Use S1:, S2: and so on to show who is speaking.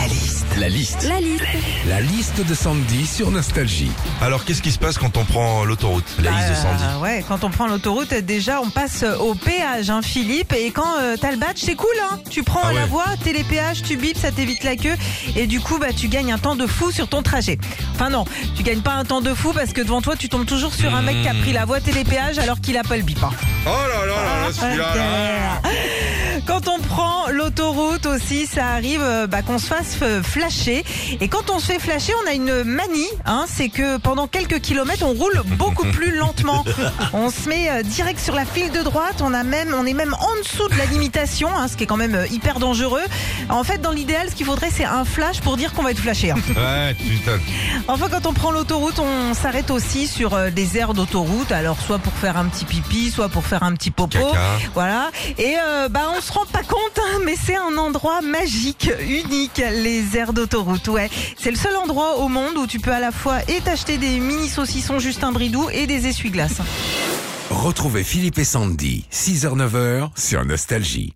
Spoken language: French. S1: La liste.
S2: La liste.
S1: La liste de Sandy sur Nostalgie.
S3: Alors, qu'est-ce qui se passe quand on prend l'autoroute La liste de Sandy.
S4: Ah ouais, quand on prend l'autoroute, déjà on passe au péage, hein, Philippe. Et quand euh, t'as le badge, c'est cool, hein. Tu prends
S3: Ah ouais.
S4: la voie, t'es les péages, tu bipes, ça t'évite la queue. Et du coup, bah, tu gagnes un temps de fou sur ton trajet. Enfin, non, tu gagnes pas un temps de fou parce que devant toi, tu tombes toujours sur un mec qui a
S3: Hmm.
S4: pris la voie, t'es les péages alors qu'il a pas le bip. hein.
S3: Oh là là là, là, celui-là. là.
S4: Quand on prend l'autoroute aussi, ça arrive euh, bah, qu'on se fasse euh, flasher. Et quand on se fait flasher, on a une manie, hein, c'est que pendant quelques kilomètres, on roule beaucoup plus lentement. On se met euh, direct sur la file de droite. On a même, on est même en dessous de la limitation, hein, ce qui est quand même euh, hyper dangereux. En fait, dans l'idéal, ce qu'il faudrait, c'est un flash pour dire qu'on va être flashé. hein.
S3: Ouais, putain.
S4: Enfin, quand on prend l'autoroute, on s'arrête aussi sur euh, des aires d'autoroute. Alors, soit pour faire un petit pipi, soit pour faire un petit popo.
S3: Caca.
S4: Voilà. Et euh, bah, on se rend pas compte, hein, mais c'est un endroit magique, unique, les aires d'autoroute. Ouais. C'est le seul endroit au monde où tu peux à la fois et t'acheter des mini saucissons Justin Bridou et des essuie-glaces.
S1: Retrouvez Philippe et Sandy, 6h-9h sur Nostalgie.